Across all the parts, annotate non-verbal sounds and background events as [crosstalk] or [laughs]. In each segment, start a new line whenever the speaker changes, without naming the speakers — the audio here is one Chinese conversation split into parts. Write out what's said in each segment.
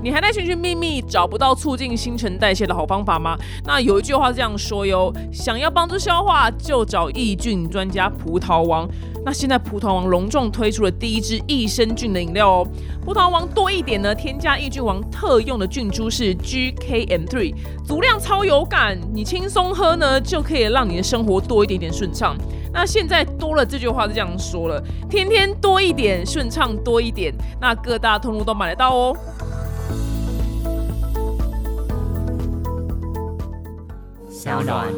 你还在寻寻觅觅找不到促进新陈代谢的好方法吗？那有一句话是这样说哟：想要帮助消化，就找益菌专家葡萄王。那现在葡萄王隆重推出了第一支益生菌的饮料哦。葡萄王多一点呢，添加益菌王特用的菌株是 GKM3，足量超有感，你轻松喝呢就可以让你的生活多一点点顺畅。那现在多了这句话是这样说了：天天多一点，顺畅多一点。那各大通路都买得到哦。
小暖。
[laughs]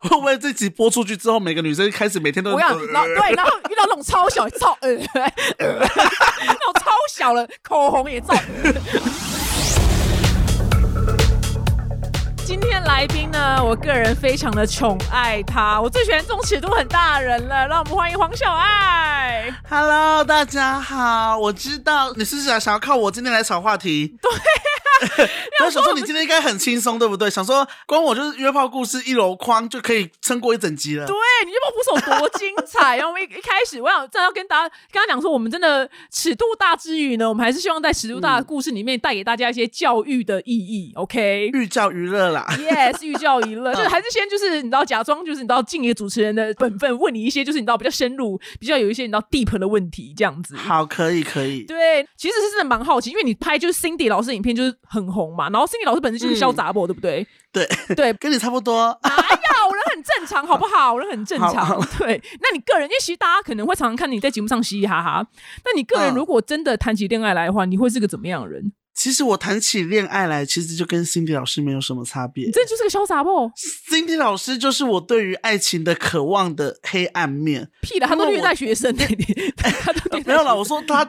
会不会这集播出去之后，每个女生开始
[laughs]
每天都呃
我要，然后对，然后遇到那种超小
[laughs]
超呃，那种超小的口红也照。
[laughs] 今天来宾呢，我个人非常的宠爱他，我最喜欢这种尺度很大的人了。让我们欢迎黄小
[laughs]
爱。
Hello，大家好，我知道你是想想要靠我今天来炒话题。对、 [laughs] 啊。我想说你今天应该很轻松，对不对？想说光我就是约炮故事一箩筐就可以撑过一整集了。
对，你这部手多精彩！然后我们一 [laughs] 一开始，我想正要跟大家刚刚讲说，我们真的尺度大之余呢，我们还是希望在尺度大
嗯
的故事里面带给大家一些教育的意义。OK。
寓教于乐
[laughs]
啦。
Yes，寓教于
嗯
乐，就是还是先就是你知道假装就是你知道敬一个主持人的本分，问你一些就是你知道比较深入、比较有一些你知道 deep 的问题这样子。
好，可以，可以。
对，其实是真的蛮好奇，因为你拍就是 Cindy 老师的影片就是很红嘛，然后 Cindy 老师本身就是
嗯
肖杂博，对不对？
对，，
对
[laughs] 跟你差不多。
哪有人很正常，好不好？人很正
好
常。对，那你个人，因为其实大家可能会常常看你在节目上嘻嘻哈哈，那你个人
嗯
如果真的谈起恋爱来的话，你会是个怎么样的人？
其实我谈起恋爱来，其实就跟 Cindy 老师没有什么差别
你。真的就是个潇洒 b
Cindy 老师就是我对于爱情的渴望的黑暗面。
屁的，他都
因为
虐
我
待学
[laughs]
生呢、你他都虐待
没有啦，
学
我说他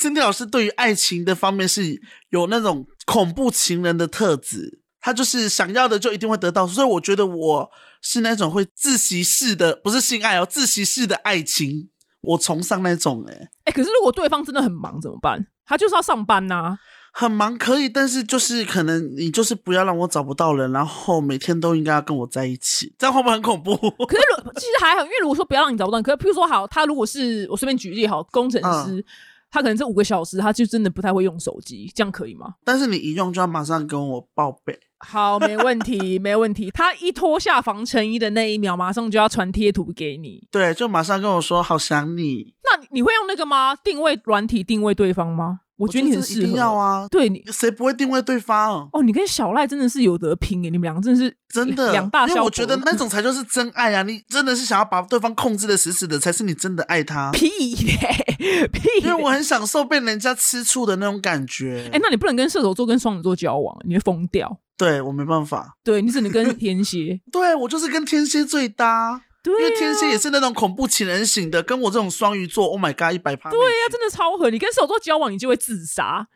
Cindy 老师对于爱情的方面是有那种恐怖情人的特质，他就是想要的就一定会得到，所以我觉得我是那种会自习式的，不是性爱哦，自习式的爱情，我崇尚那种诶、欸
哎、可是如果对方真的很忙怎么办？他就是要上班呐、
很忙可以，但是就是可能你就是不要让我找不到人，然后每天都应该要跟我在一起，这样会不会很恐怖？ [laughs]
可是如其实还好，因为如果说不要让你找不到，可是譬如说好，他如果是我随便举例好，工程师，他可能这五个小时他就真的不太会用手机，这样可以吗？
但是你一用就要马上跟我报备，
好，没问题，没问题。他一脱下防尘衣的那一秒，马上就要传贴图给你。
对，就马上跟我说好想你。
那你你会用那个吗？定位软体定位对方吗？我觉得你很
这
适
一
合。哦
定要啊，
对你
谁不会定位对方？
哦，你跟小赖真的是有得拼欸耶，你们两个真的是
真的，
两大
因
消
为
博。。
我觉得那种才就是真爱啊！你真的是想要把对方控制的死死的，才是你真的爱他
[laughs] 屁嘞 [laughs] 屁
因为
嘞。
我很享受被人家吃醋的那种感觉。
哎、那你不能跟射手座跟双子座交往，你会疯掉。
对我没办法，
对你只能
[laughs]
跟天蝎。
对我就是跟天蝎最搭，
对、啊，
因为天蝎也是那种恐怖情人型的，跟我这种双鱼座，Oh my god，一百趴。
对呀、真的超合。你跟射手座交往，你就会自杀。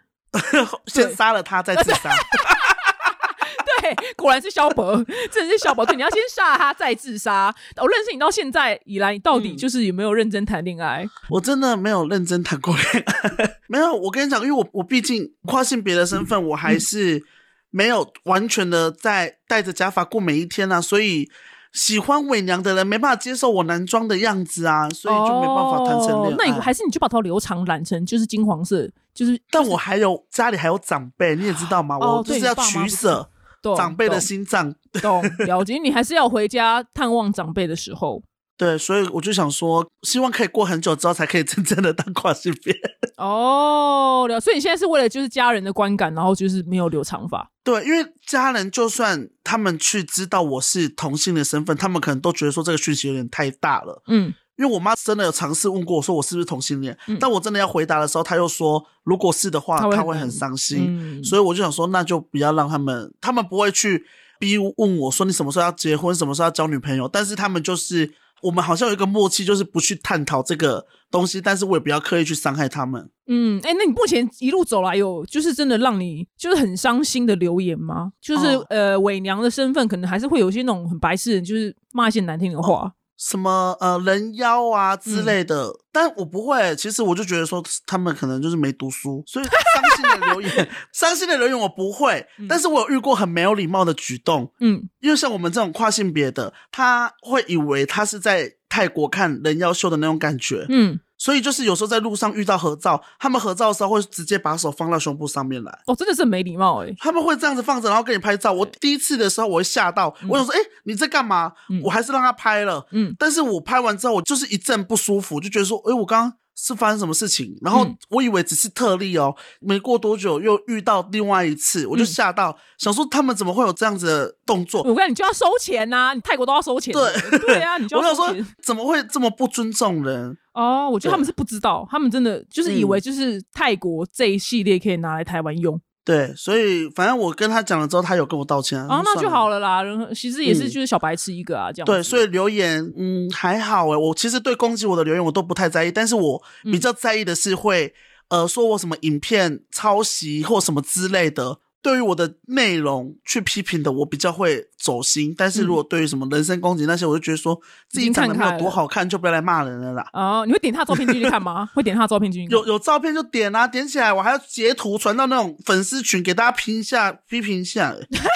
先杀了他，再自杀。
对，果然是萧伯，真的是萧伯。对，你要先杀他，再自杀。我认识你到现在以来，你到底
嗯
就是有没有认真谈恋爱？
我真的没有认真谈过恋爱， [laughs] 没有。我跟你讲，因为我我毕竟跨性别的身份，我还是没有完全的在戴着假发过每一天啊，所以喜欢伪娘的人没办法接受我男装的样子啊，所以就没办法谈成恋爱。
哦哦那你还是你就把头留长染成就是金黄色，就是
但我还有家里还有长辈，你也知道吗？
哦
我就
对
是
你
要
爸妈
取
不是
舍
懂
长辈的心脏。
懂懂了解。因为你还是要回家探望长辈的时候。
对，所以我就想说，希望可以过很久之后才可以真正的当跨性别。
哦，了。所以你现在是为了就是家人的观感，然后就是没有留长发。
对，因为家人就算他们去知道我是同性的身份，他们可能都觉得说这个讯息有点太大了。
嗯，
因为我妈真的有尝试问过我说我是不是同性恋，
嗯
但我真的要回答的时候，她又说如果是的话，
她
她
会
会
很
很伤心。
嗯
所以我就想说，那就不要让他们，他们不会去逼问我说你什么时候要结婚，什么时候要交女朋友，但是他们就是我们好像有一个默契，就是不去探讨这个东西，但是我也不要刻意去伤害他们。
嗯，哎、那你目前一路走来有就是真的让你就是很伤心的留言吗？就是、
哦
呃，伪娘的身份可能还是会有一些那种很白痴的人，就是骂一些难听的话。
什么呃人妖啊之
嗯
类的，但我不会。其实我就觉得说他们可能就是没读书，所以伤心的
[laughs]
留言，伤心的留言我不会。但是我有遇过很没有礼貌的举动，
嗯，
因为像我们这种跨性别的，他会以为他是在泰国看人妖秀的那种感觉，
嗯，
所以就是有时候在路上遇到合照，他们合照的时候会直接把手放到胸部上面来。
哦，真的是没礼貌哎、
他们会这样子放着，然后给你拍照。我第一次的时候，我会吓到，我想说：“哎、你在干嘛？”
嗯
我还是让他拍了。
嗯，
但是我拍完之后，我就是一阵不舒服，就觉得说：“哎、我刚刚是发生什么事情？”然后
嗯
我以为只是特例哦，没过多久又遇到另外一次，
嗯
我就吓到，想说他们怎么会有这样子的动作？
我跟你讲，你就要收钱呐、你泰国都要收钱。
哦 [laughs] 对
哦对啊，你就
我
要
想
收
说
钱。
怎么会这么不尊重人？
哦，我觉得
对
他们是不知道，他们真的就是以
嗯
为就是泰国这一系列可以拿来台湾用。
对，所以反正我跟他讲了之后，他有跟我道歉
啊，那就好
嗯了。
了啦。然后其实也是
嗯
就是小白痴一个啊，这样子。
对，所以留言，嗯，还好诶、我其实对攻击我的留言我都不太在意，但是我
嗯
比较在意的是会，呃，说我什么影片抄袭或什么之类的，对于我的内容去批评的，我比较会走心。但是如果对于什么人身攻击那些，我就觉得说自
嗯已
己
经
长
看
得没
开
有多
了
好看，就不要来骂人了啦。
哦，你会点他照片进去看
[laughs]
吗？会点他照片进去看？
有有照片就点啊，点起来，我还要截图传到那种粉丝群给大家评一下、批评一下、欸。
[laughs]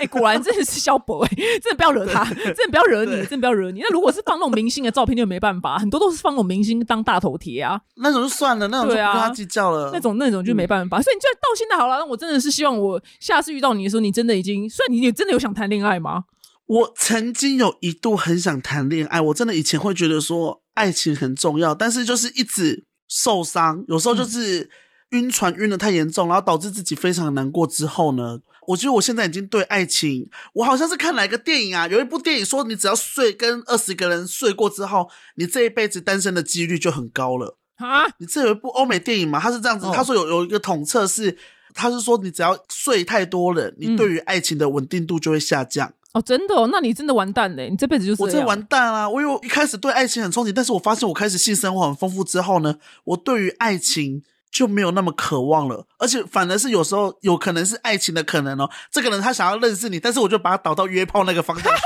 哎、果然真的是萧伯、哎，真的不要惹他，真的不要惹你，
对
真的不要惹你。那如果是放那种明星的照片就没办法，很多都是放那种明星当大头贴啊，
那种就算了，那种就不
对
跟
啊
他计较了。
那种那种就
嗯
没办法。所以你就到现在好了，那我真的是希望我下次遇到你的时候，你真的已经，虽然你也真的有想谈恋爱吗？
我曾经有一度很想谈恋爱，我真的以前会觉得说爱情很重要，但是就是一直受伤，有时候就是晕船晕的太严重，然后导致自己非常难过。之后呢，我觉得我现在已经对爱情，我好像是看哪一个电影啊，有一部电影说你只要睡跟二十个人睡过之后，你这一辈子单身的几率就很高了。
啊，
你这有一部欧美电影嘛？他是这样子，
哦
他说有有一个统测是，他是说你只要睡太多了，
嗯
你对于爱情的稳定度就会下降。
哦，真的、哦，那你真的完蛋嘞、你这辈子就是
我
这
这
样
完蛋啊！我有一开始对爱情很憧憬，但是我发现我开始性生活很丰富之后呢，我对于爱情就没有那么渴望了，而且反而是有时候有可能是爱情的可能哦。这个人他想要认识你，但是我就把他导到约炮那个方向
[laughs]
去，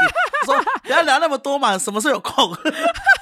我说不要聊那么多嘛，什么时候有空？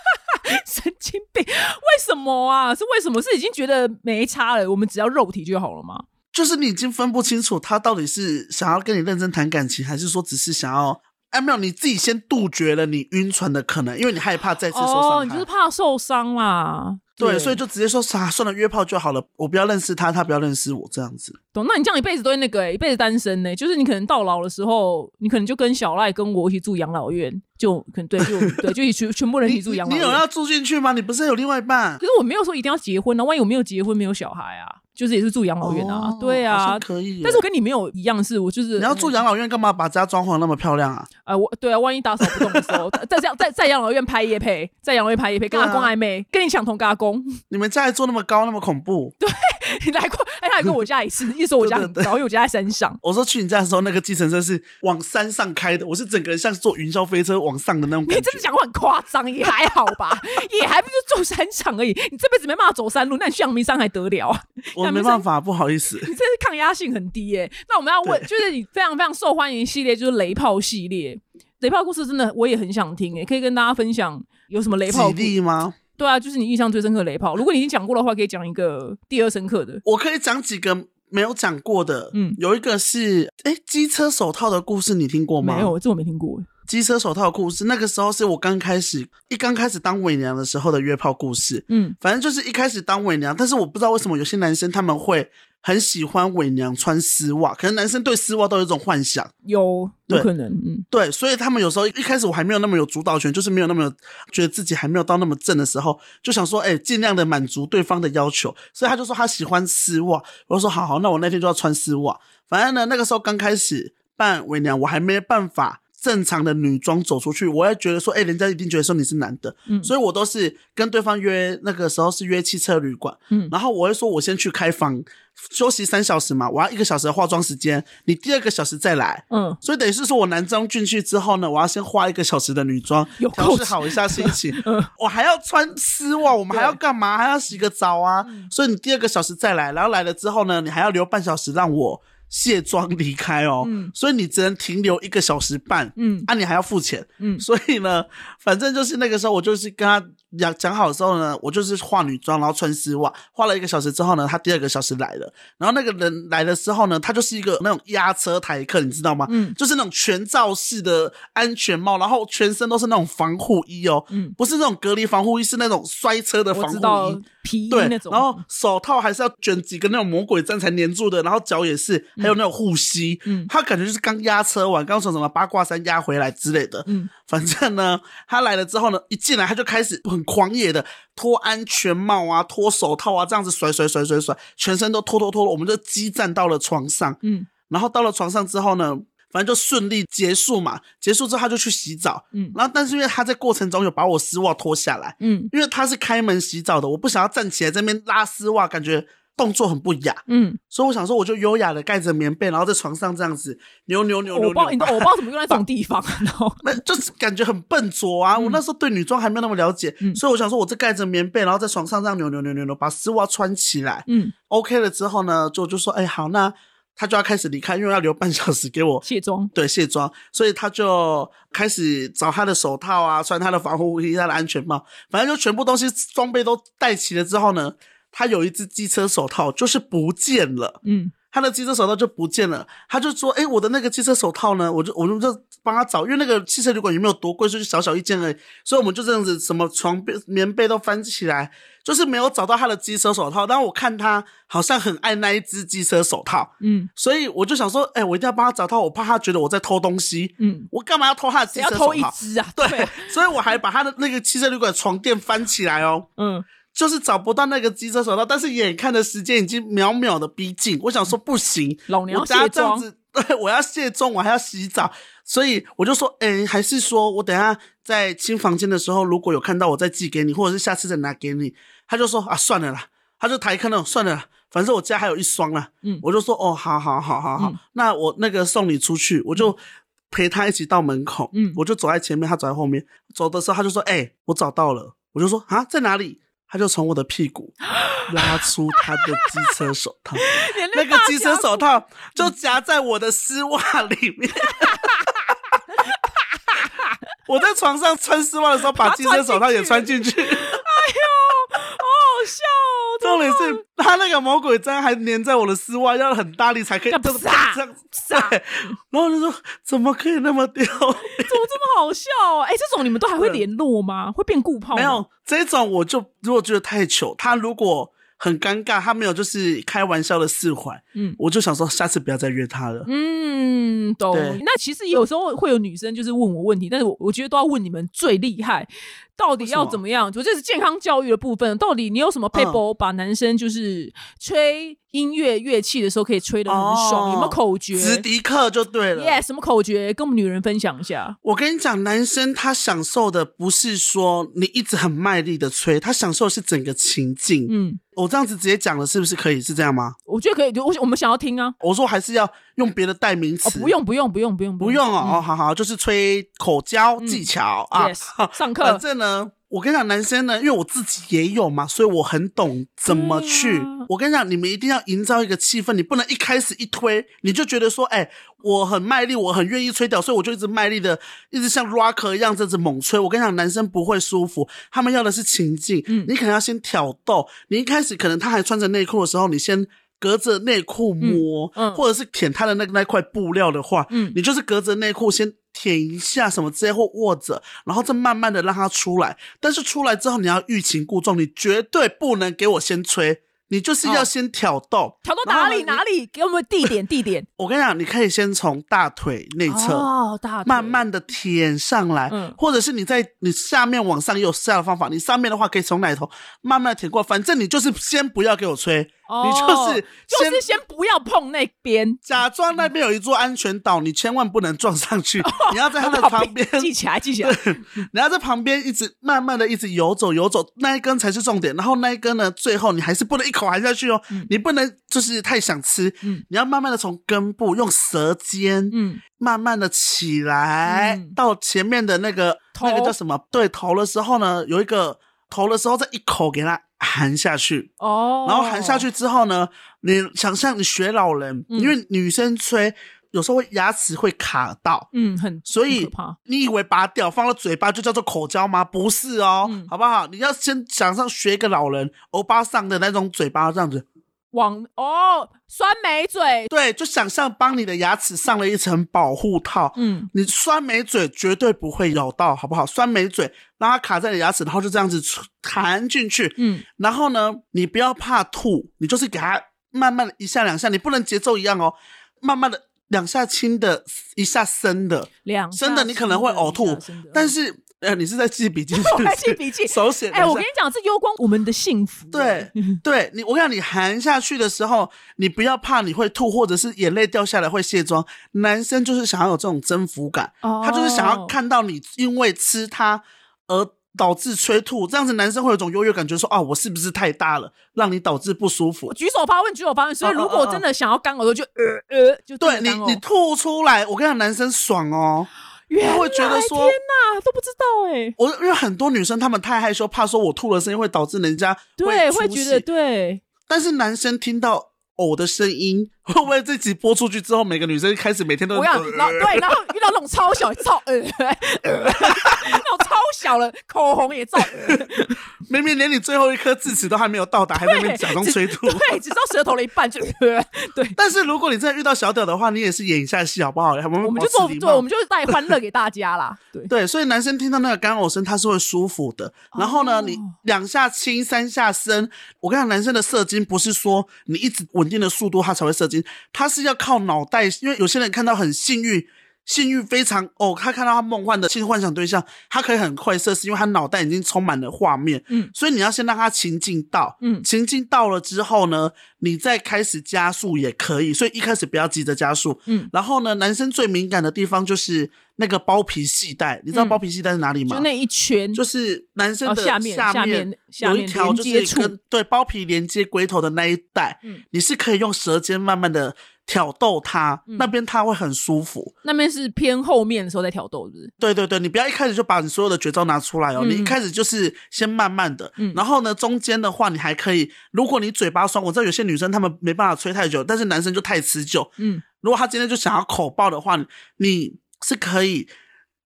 [laughs]
神经病，为什么啊？是为什么？是已经觉得没差了，我们只要肉体就好了吗？
就是你已经分不清楚他到底是想要跟你认真谈感情，还是说只是想要。哎，没有，你自己先杜绝了你晕船的可能，因为你害怕再次受伤害。
哦，你就是怕受伤啦。
对，所以就直接说啥、算了，约炮就好了，我不要认识他，他不要认识我，这样子。
懂？那你这样一辈子都会那个、欸，一辈子单身呢、就是你可能到老的时候，你可能就跟小赖跟我一起住养老院，就可能对，就对，就一起全部人一起住养老
你
院。
有要住进去吗？你不是有另外一半
可？是我没有说一定要结婚啊，万一我没有结婚，没有小孩啊，就是也是住养老院啊，
哦
对
好
啊
像。可以耶。
但是我跟你没有一样，是我就是嗯
你要住养老院干嘛？把家装潢那么漂亮啊？
呃，我对啊，万一打扫不动的时候，在这样在在养老院拍夜配，在养老院拍夜配，跟
对啊
阿公暧昧，跟你抢同跟阿公， [laughs]
你们家里住那么高，那么恐怖。
你来过，哎，他来过我家一次，一直说我家很高，因为我家在山上。
我说去你家的时候，那个计程车是往山上开的，我是整个人像坐云霄飞车往上的那种
你
感
真的
觉。
讲话很夸张，也还好吧，也还不就住山上而已。你这辈子没办法走山路，那你去阳明山还得了啊？ [laughs]
我没办法，不好意思。
你真是抗压性很低耶、那我们要问， [laughs] 就是你非常非常受欢迎系列，就是雷炮系列。雷炮故事真的我也很想听诶、可以跟大家分享有什么雷炮
几
故
例吗？
对啊，就是你印象最深刻的雷炮。如果你已经讲过的话，可以讲一个第二深刻的。
我可以讲几个没有讲过的。
嗯
嗯，有一个是哎，机车手套的故事，你听过吗？
没有，这我没听过、
机车手套的故事，那个时候是我刚开始一刚开始当伪娘的时候的约炮故事。
嗯，
反正就是一开始当伪娘，但是我不知道为什么有些男生他们会很喜欢伪娘穿丝袜，可能男生对丝袜都有一种幻想，
有有
对
可能，嗯，
对，所以他们有时候一开始我还没有那么有主导权，就是没有那么有觉得自己还没有到那么正的时候，就想说，哎、尽量的满足对方的要求，所以他就说他喜欢丝袜，我就说好好，那我那天就要穿丝袜。反正呢，那个时候刚开始扮伪娘，我还没办法。正常的女装走出去，我也觉得说，哎、人家一定觉得说你是男的，
嗯
所以我都是跟对方约，那个时候是约汽车旅馆，
嗯
然后我会说，我先去开房休息三小时嘛，我要一个小时的化妆时间，你第二个小时再来，
嗯，
所以等于是说我男装进去之后呢，我要先化一个小时的女妆
有，
调
够
试好一下心情
[laughs] 嗯。
我还要穿丝袜，我们还要干嘛？还要洗个澡啊。所以你第二个小时再来，然后来了之后呢，你还要留半小时让我卸妆离开哦。
嗯
所以你只能停留一个小时半。
嗯
啊，你还要付钱，
嗯
所以呢，反正就是那个时候我就是跟他讲讲好的时候呢，我就是化女装，然后穿丝袜，化了一个小时之后呢，他第二个小时来了，然后那个人来的时候呢，他就是一个那种压车台客，你知道吗？
嗯
就是那种全罩式的安全帽，然后全身都是那种防护衣哦，
嗯
不是那种隔离防护衣，是那种摔车的
我
防护
知道
衣，
皮衣
对
那，种，
然后手套还是要卷几根那种魔鬼毡才粘住的，然后脚也是，还有那种护膝，
嗯
他感觉就是刚压车完，刚从什么八卦山压回来之类的，
嗯
反正呢，他来了之后呢，一进来他就开始很狂野的脱安全帽啊，脱手套啊，这样子甩甩甩甩甩，全身都脱脱脱了，我们就激战到了床上，
嗯
然后到了床上之后呢，反正就顺利结束嘛，结束之后他就去洗澡，
嗯
然后但是因为他在过程中有把我丝袜脱下来。
嗯
因为他是开门洗澡的，我不想要站起来这边拉丝袜，感觉动作很不雅，
嗯，
所以我想说，我就优雅的盖着棉被，然后在床上这样子扭扭扭
哦我
扭
不知道，你
扭
知，道我不知道怎么用在这种地方，啊然
[laughs]
后
那 [laughs] 就是感觉很笨拙啊。我那时候对女装还没有那么了解，
嗯
所以我想说，我这盖着棉被，然后在床上这样扭扭扭扭扭，把丝袜穿起来。
嗯
OK 了之后呢，就就说，哎，好，那他就要开始离开，因为要留半小时给我
卸妆，
对卸妆，所以他就开始找他的手套啊，穿他的防护衣、他的安全帽，反正就全部东西装备都带齐了之后呢，他有一只机车手套就是不见了，
嗯
他的机车手套就不见了，他就说：“哎、我的那个机车手套呢？”我就我们就帮他找，因为那个汽车旅馆也没有多贵，就是小小一件而已，所以我们就这样子，什么床被、棉被都翻起来，就是没有找到他的机车手套。但我看他好像很爱那一只机车手套，
嗯
所以我就想说，哎、我一定要帮他找到，我怕他觉得我在偷东西。
嗯，
我干嘛要偷他的
谁
汽
要
车
偷
手
一
套？
只啊？
对
对啊，，
所以我还把他的那个汽车旅馆床垫翻起来哦，
嗯
就是找不到那个机车手套，但是眼看的时间已经秒秒的逼近，我想说不行，
老娘
我等下
卸
这样
妆
子，对，我要卸妆，我还要洗澡，所以我就说，哎、还是说我等下在清房间的时候，如果有看到，我再寄给你，或者是下次再拿给你。他就说啊，算了啦，他就抬看那种算了啦，反正我家还有一双啦。
嗯
我就说哦，好好好好好，
嗯
那我那个送你出去，我就陪他一起到门口，
嗯
我就走在前面，他走在后面。走的时候他就说，哎、我找到了，我就说啊，在哪里？他就从我的屁股拉出他的机车手
[laughs]
套。
哎连
[laughs] 那个
大
机
家
车手套就夹在我的丝袜里面。 [laughs] 我在床上穿丝袜的时候，把机车手套也穿进去。
好笑哦，
[laughs] 重点是他那个魔鬼毡还粘在我的丝袜，要很大力才可以
要
这样
啪
这样
傻，
[laughs] 对然后我就说怎么可以那么丢？
怎么这么好笑啊？哎，这种你们都还会
对
联络吗？会变固炮吗
没有这种，我就如果觉得太糗，他如果很尴尬，他没有就是开玩笑的释怀，
嗯
我就想说下次不要再约他了。
嗯，懂
对。
那其实有时候会有女生就是问我问题，但是我我觉得都要问你们最厉害，到底
为什么嗯
要怎么样？我这是健康教育的部分，到底你有什么配博把男生就是吹音乐乐器的时候可以吹得很爽？
哦
有没有口诀
直迪克就对了。
？Yes，什么口诀？跟我们女人分享一下。
我跟你讲，男生他享受的不是说你一直很卖力的吹，他享受的是整个情境。
嗯，
我这样子直接讲了，是不是可以？是这样吗？
我觉得可以，我我们想要听啊。
我说还是要用别的代名
哦，
词、
不用不用不用不用嗯
不用哦，哦好好，就是吹口交技巧、啊。
Yes，上课
反正呢，我跟你讲，男生呢，因为我自己也有嘛，所以我很懂怎么
对
去。
啊
我跟你讲，你们一定要营造一个气氛，你不能一开始一推你就觉得说，哎、我很卖力，我很愿意吹掉，所以我就一直卖力的，一直像 rocker 一样这样子猛吹。我跟你讲，男生不会舒服，他们要的是情境。
嗯
你可能要先挑逗，你一开始可能他还穿着内裤的时候，你先。隔着内裤摸，
嗯嗯
或者是舔他的那那块布料的话，
嗯
你就是隔着内裤先舔一下什么之类或握着，然后再慢慢的让它出来。但是出来之后你要欲擒故纵，你绝对不能给我先吹，你就是要
哦
先挑逗。
调到
然后
哪
呢
里
你
哪里？给我们地点地点。
我跟你讲，你可以先从大腿内侧。
哦，大腿
慢慢的舔上来，
嗯
或者是你在你下面往上也有下的方法，你上面的话可以从奶头慢慢地舔过，反正你就是先不要给我吹，
哦
你就是先
就是先不要碰那边，
假装那边有一座安全岛，你千万不能撞上去，
哦
你要在它的旁边
记起来，记起来。
你要在旁边一直慢慢的一直游走游走，那一根才是重点。然后那一根呢，最后你还是不能一口含下去哦，你不能就是太想吃，
嗯
你要慢慢的从根部用舌尖，
嗯，
慢慢的起来，
嗯
到前面的那个那个
头
叫什么？对，头的时候呢，有一个头的时候再一口给它含下去。
哦，
然后含下去之后呢，你想象你学老人，
嗯
因为女生吹有时候会牙齿会卡到，
嗯，很
所
很
以
可怕。
你以为拔掉放到嘴巴就叫做口交吗？不是哦，
嗯
好不好？你要先想上学一个老人欧巴桑的那种嘴巴，这样子，
往哦，酸梅嘴，
对，就想象帮你的牙齿上了一层保护套。
嗯，
你酸梅嘴绝对不会咬到，好不好？酸梅嘴让它卡在你牙齿，然后就这样子弹进去。
嗯，
然后呢，你不要怕吐，你就是给它慢慢的一下两下，你不能节奏一样哦，慢慢的两下轻的，一下深的。
两下
真的你可能会呕吐
两下深的
但是呃，你是在记笔记，是
我
不
在
是
记笔记
手写。
哎、我跟你。讲，这攸关我们的幸福。 [laughs]
对，对你，我跟你讲，你含下去的时候，你不要怕你会吐，或者是眼泪掉下来会卸妆。男生就是想要有这种征服感，
哦
他就是想要看到你因为吃它而导致催吐，这样子男生会有一种优越感，觉得说啊，我是不是太大了，让你导致不舒服
我？举手发问，举手发问。所以
哦
如
哦
果
哦
真的想要干呕，就呃呃，就真
对
的
你
干，呕
你吐出来，我跟你讲，男生爽哦。
原来
会觉得
天
说
哪，都不知道哎、
我因为很多女生她们太害羞，怕说我吐的声音会导致人家
对，
会
会
出
觉
戏
得对，
但是男生听到呕的声音，会不会这集播出去之后，每个女生开始每天都呃
我想，然后对，然后遇到那种超小，超呃，呃那种超小的口红也照，呃
明明连你最后一颗智齿都还没有到达，还在那边假装
[laughs]
催吐。
对，只知道舌头的一半就，呃对，
但是如果你真的遇到小屌的话，你也是演一下戏好不好？我们
我
我
们就做，对，我们就带欢乐给大家啦，对，
对，所以男生听到那个干呕声，他是会舒服的。然后呢，
哦
你两下轻，三下深。我跟你讲，男生的射精不是说你一直稳定的速度他才会射精，他是要靠脑袋，因为有些人看到很幸运。性欲非常哦，他看到他梦幻的性幻想对象，他可以很快射，是因为他脑袋已经充满了画面。
嗯
所以你要先让他情境到，
嗯
情境到了之后呢，你再开始加速也可以。所以一开始不要急着加速，
嗯，
然后呢，男生最敏感的地方就是那个包皮系带，你知道
嗯
包皮系带是哪里吗？
就那一圈，
就是男生的
哦下面下面下
有
面
一条就
连接
是
处
跟对包皮连接龟头的那一带，
嗯
你是可以用舌尖慢慢的挑逗它，
嗯
那边它会很舒服。
那边是偏后面的时候在挑逗，是不是？
对对对，你不要一开始就把你所有的绝招拿出来哦，
嗯
你一开始就是先慢慢的，
嗯
然后呢，中间的话你还可以，如果你嘴巴酸，我知道有些女生她们没办法吹太久，但是男生就太持久，
嗯，
如果他今天就想要口爆的话，你你是可以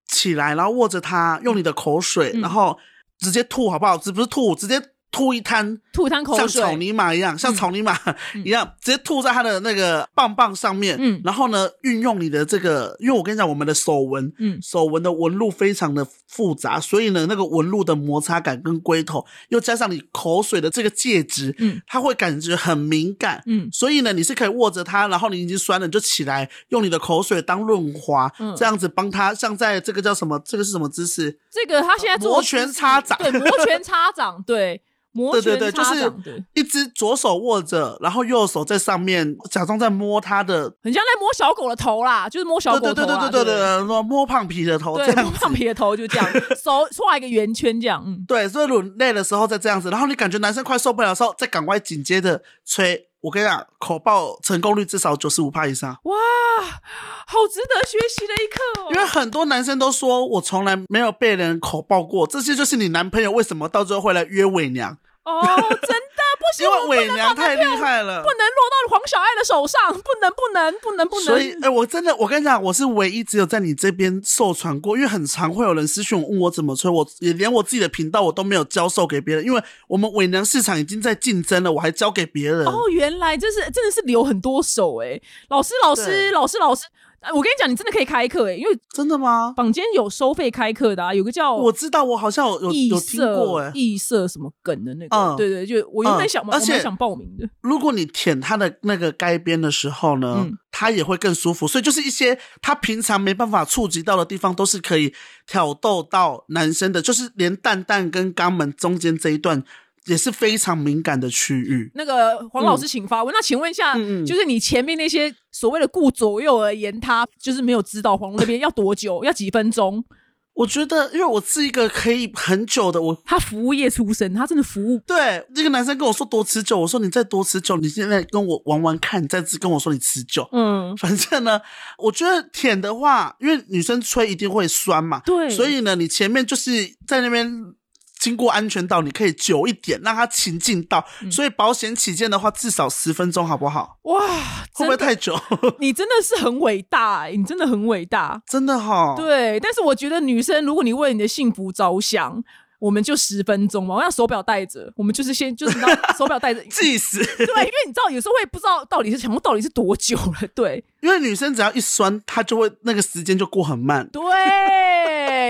起来，然后握着它，用你的口水，
嗯
然后直接吐，好不好？只不是吐，直接吐一滩，
吐一滩口
像
水，嗯
草泥马一样，像草泥马一样，直接吐在它的那个棒棒上面。
嗯
然后呢，运用你的这个，因为我跟你讲，我们的手纹，
嗯
手纹的纹路非常的复杂，所以呢，那个纹路的摩擦感跟龟头，又加上你口水的这个介质，
嗯，
它会感觉很敏感，
嗯
所以呢，你是可以握着它，然后你已经酸了，你就起来，用你的口水当润滑，
嗯
这样子帮它，像在这个叫什么，这个是什么姿势？
这个他现在做的
呃摩拳擦掌
对，摩拳擦掌，
[laughs]
对，摩
对对
拳
对，就
擦
是
掌，对，
一只左手握着，然后右手在上面假装在摸它的，
很像在摸小狗的头啦，就是摸小
对
狗
对
头
对对
啦，
对对
对
对，摸摸胖皮的头这
对，
样
摸
子。
胖皮的头就
[laughs]
这样，手画一个圆圈这样，嗯，
对，所以如果累的时候再这样子，然后你感觉男生快受不了的时候，再赶快紧接着吹。我跟你讲，口爆成功率至少九十五帕以上，
哇，好值得学习的一刻哦，
因为很多男生都说我从来没有被人口爆过，这些就是你男朋友为什么到最后会来约伪娘，
哦，真的不行，
因
我
为
不能
伪娘太厉害了
不。能落到黄小爱的手上，不能不能不能不能，
所以，哎、我真的，我跟你讲，我是唯一只有在你这边受传过，因为很常会有人私讯我问我怎么吹，我也连我自己的频道我都没有教授给别人，因为我们伪娘市场已经在竞争了，我还教给别人。
哦，原来这是真的是留很多手哎、老师老师
对
老师老师，哎我跟你讲，你真的可以开课哎、因为
真的吗？
坊间有收费开课的啊，有个叫
我知道，我好像有有
异
有听过
色
哎、
异色什么梗的那个，
嗯
对对，就我原本
嗯
想，
而
我蛮
且
想报名的，
如果你舔它的那个该边的时候呢
嗯，
它、也会更舒服。所以就是一些它平常没办法触及到的地方，都是可以挑逗到男生的，就是连蛋蛋跟肛门中间这一段也是非常敏感的区域。
那个黄老师请发问。那请问一下，
嗯嗯
就是你前面那些所谓的顾左右而言他，就是没有指导黄龙那边要多久，要几分钟？
我觉得，因为我是一个可以很久的，我
他服务业出身，他真的服务
对那个男生跟我说多持久，我说你再多持久，你现在跟我玩玩看，你再跟我说你持久。
嗯
[laughs] 反正呢，我觉得舔的话，因为女生吹一定会酸嘛，
对
所以呢，你前面就是在那边经过安全岛，你可以久一点，让它情境到。
嗯
所以保险起见的话，至少十分钟，好不好？
哇，
会不
真的
会太久？ [laughs]
你真的是很伟大、欸，你真的很伟大。
真的哈、，
对，但是我觉得女生，如果你为你的幸福着想，我们就十分钟嘛，我让手表戴着，我们就是先就是你知道手表
[laughs]
戴着，对，
即使
因为你知道有时候会不知道到底是想说到底是多久了，对 [laughs]
因为女生只要一酸，她就会那个时间就过很慢。
对。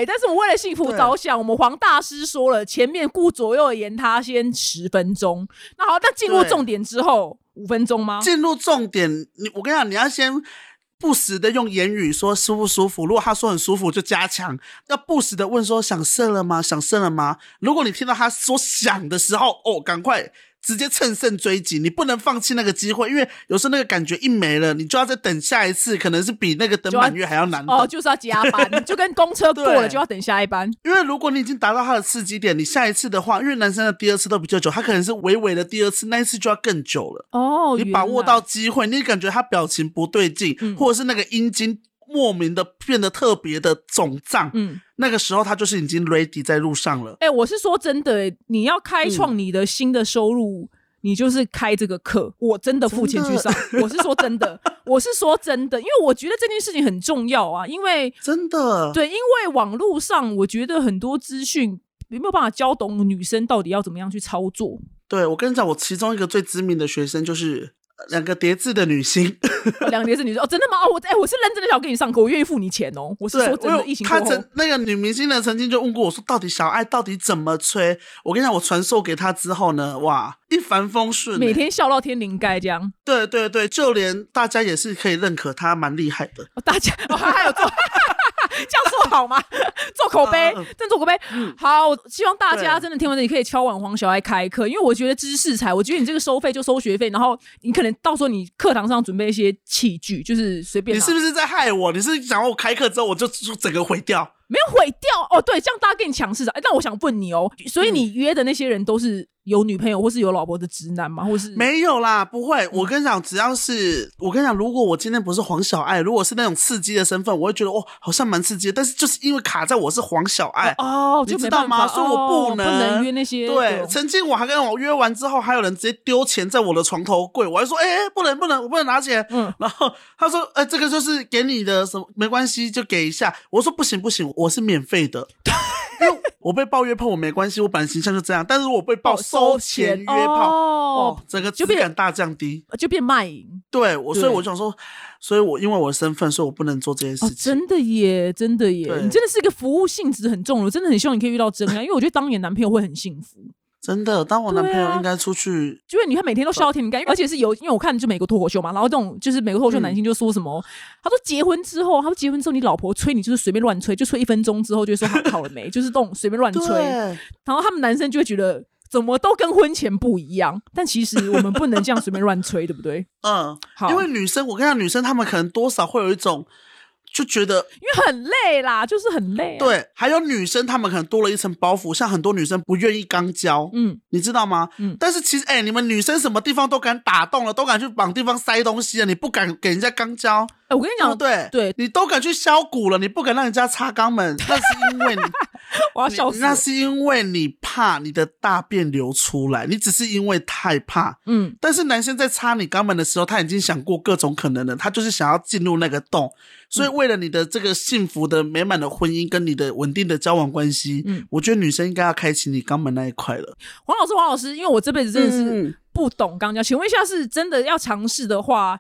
但是我为了幸福
对
着想，我们黄大师说了，前面顾左右而言他，先十分钟。那好，那进入
对
重点之后，五分钟吗？
进入重点，你我跟你讲，你要先不时的用言语说舒不舒服。如果他说很舒服，就加强；要不时的问说想射了吗？想射了吗？如果你听到他说想的时候，哦，赶快直接乘胜追击，你不能放弃那个机会，因为有时候那个感觉一没了，你就要再等下一次，可能是比那个等
就要
满月还要难等。
哦，就是要加
[laughs]
班，就跟公车过了
对
就要等下一班。
因为如果你已经达到他的刺激点，你下一次的话，因为男生的第二次都比较久，他可能是微微的第二次，那一次就要更久了。
哦，
你
原
把握
来嗯
到机会，你感觉他表情不对劲，或者是那个阴茎莫名的变得特别的肿胀，
嗯。
那个时候他就是已经 ready 在路上了。
哎、我是说真的、欸，你要开创你的新的收入，你就是开这个课，我真的付钱去上。我是说真 [laughs] 的，我是说真的，因为我觉得这件事情很重要啊，因为
真的，
对，因为网络上我觉得很多资讯。有没有办法教懂女生到底要怎么样去操作？
对我跟你讲，我其中一个最知名的学生就是呃两个叠字的女星，
哦两年是女生哦，真的吗？哦，我哎、我是认真的想跟你上课，我愿意付你钱哦。我是
对
[laughs] 说，真
我
的，
有
疫情过
她
后，
曾那个女明星呢，曾经就问过我说，到底小爱到底怎么吹？我跟你讲，我传授给她之后呢，哇，一帆风顺、
每
欸。
天笑到天灵盖这样，
对对对，就连大家也是可以认可她蛮厉害的。
哦、大家、哦、还有
[laughs]
做这样说好吗？ [laughs] 做口碑
嗯嗯，
真做口碑。好，我希望大家
对
真的听完这里可以敲碗黄小爱开课，因为我觉得知识才，我觉得你这个收费就收学费，然后你可能到时候你课堂上准备一些器具，就是随便
你
啦。
是不是在害我？你是想要我开课之后我就就整个毁掉？
没有毁掉哦？对，这样大家跟你抢市场。哎，那我想问你哦，所以
嗯
你约的那些人都是有女朋友或是有老婆的直男吗？或是？
没有啦，不
嗯
会。我跟你讲，只要是我跟你讲，如果我今天不是黄小爱，如果是那种刺激的身份，我会觉得哦，好像蛮刺激的。但是就是因为卡在我是黄小爱，
哦，就
你
没
知道
办法
吗？所以我
哦不
能、
约那些
对，曾经我还跟我约完之后，还有人直接丢钱在我的床头柜，我还说，哎、哎不能不能，我不能拿钱。
嗯
然后他说，哎、这个就是给你的什么，没关系，就给一下。我说不行不行，我是免费
[laughs]
的。因为我被抱约炮我没关系，我本来形象就这样，但是我被抱
哦收
收钱约
钱
炮，
哦
哦，整个质
就变
感大降低。
就变卖淫。
对我，
对
所以我就想说，所以我因为我的身份，所以我不能做这件
哦
事，情。
真的耶，真的耶，
对
你真的是一个服务性质很重的，我真的很希望你可以遇到真爱，
[laughs]
因为我觉得当你的男朋友会很幸福，
真的，当我男朋
对啊
友应该出去，
因为你看每天都笑到天灵盖，因为而且是有，因为我看就美国脱口秀嘛，然后这种就是美国脱口秀男
嗯
性就说什么，他说结婚之后，他说结婚之后你老婆催你就是随便乱催，就催一分钟之后就会说好好了没，就是这种随便乱催，
对，
然后他们男生就会觉得。怎么都跟婚前不一样，但其实我们不能这样随便乱吹，对不
[laughs]
对？
嗯，
好，
因为女生，我跟你讲，女生她们可能多少会有一种就觉得
因为很累啦，就是很累、，啊
对，还有女生她们可能多了一层包袱，像很多女生不愿意刚交，
嗯，
你知道吗？
嗯
但是其实，哎、你们女生什么地方都敢打洞了，都敢去往地方塞东西了，啊你不敢给人家刚
[laughs]
交，
哎、我跟你
对不
讲，
对？
对
你都敢去削骨了，你不敢让人家插
[laughs]
肛门，那是因为你
我要
你
笑死了。
那是因为你怕你的大便流出来，你只是因为太怕。
嗯，
但是男生在插你肛门的时候，他已经想过各种可能了，他就是想要进入那个洞。
嗯
所以为了你的这个幸福的、美满的婚姻跟你的稳定的交往关系，
嗯
我觉得女生应该要开启你肛门那一块了。
黄老师，黄老师，因为我这辈子真的
嗯
是
嗯
不懂肛交，请问一下，是真的要尝试的话，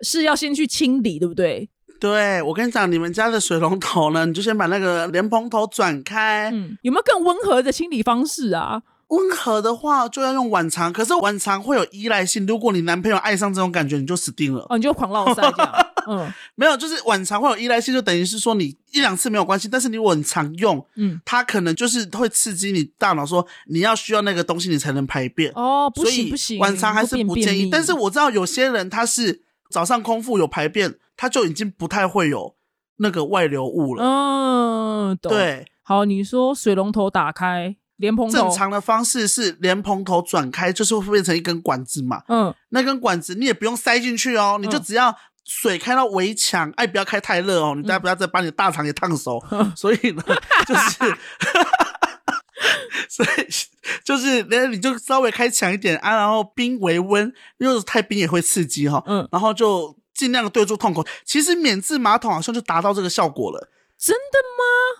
是要先去清理，对不对？
对我跟你讲，你们家的水龙头呢，你就先把那个莲蓬头转开。
嗯，有没有更温和的清理方式啊？
温和的话就要用晚肠，可是晚肠会有依赖性。如果你男朋友爱上这种感觉，你就死定了。
哦，你就狂落塞这 [laughs] 样，嗯
没有，就是晚常会有依赖性，就等于是说你一两次没有关系，但是你很常用，
嗯，
它可能就是会刺激你大脑说你要需要那个东西你才能排便，
哦，不
所
行
以
不行，
晚常还是
会
不
变
建
便
议。
秘
但是我知道有些人他是早上空腹有排便，他就已经不太会有那个外流物了。
嗯，哦懂。
对，
好，你说水龙头打开，莲蓬头，
正常的方式是莲蓬头转开，就是会变成一根管子嘛。
嗯，
那根管子你也不用塞进去哦，你就只要水开到围墙，哎，不要开太热
嗯 [laughs]
[laughs] 哦，你大家不要再把你的大肠给烫熟。所以呢，就是所以就是那你就稍微开强一点啊，然后冰为温，因为太冰也会刺激哈、
嗯
然后就尽量对住痛口。其实免治马桶好像就达到这个效果了，
真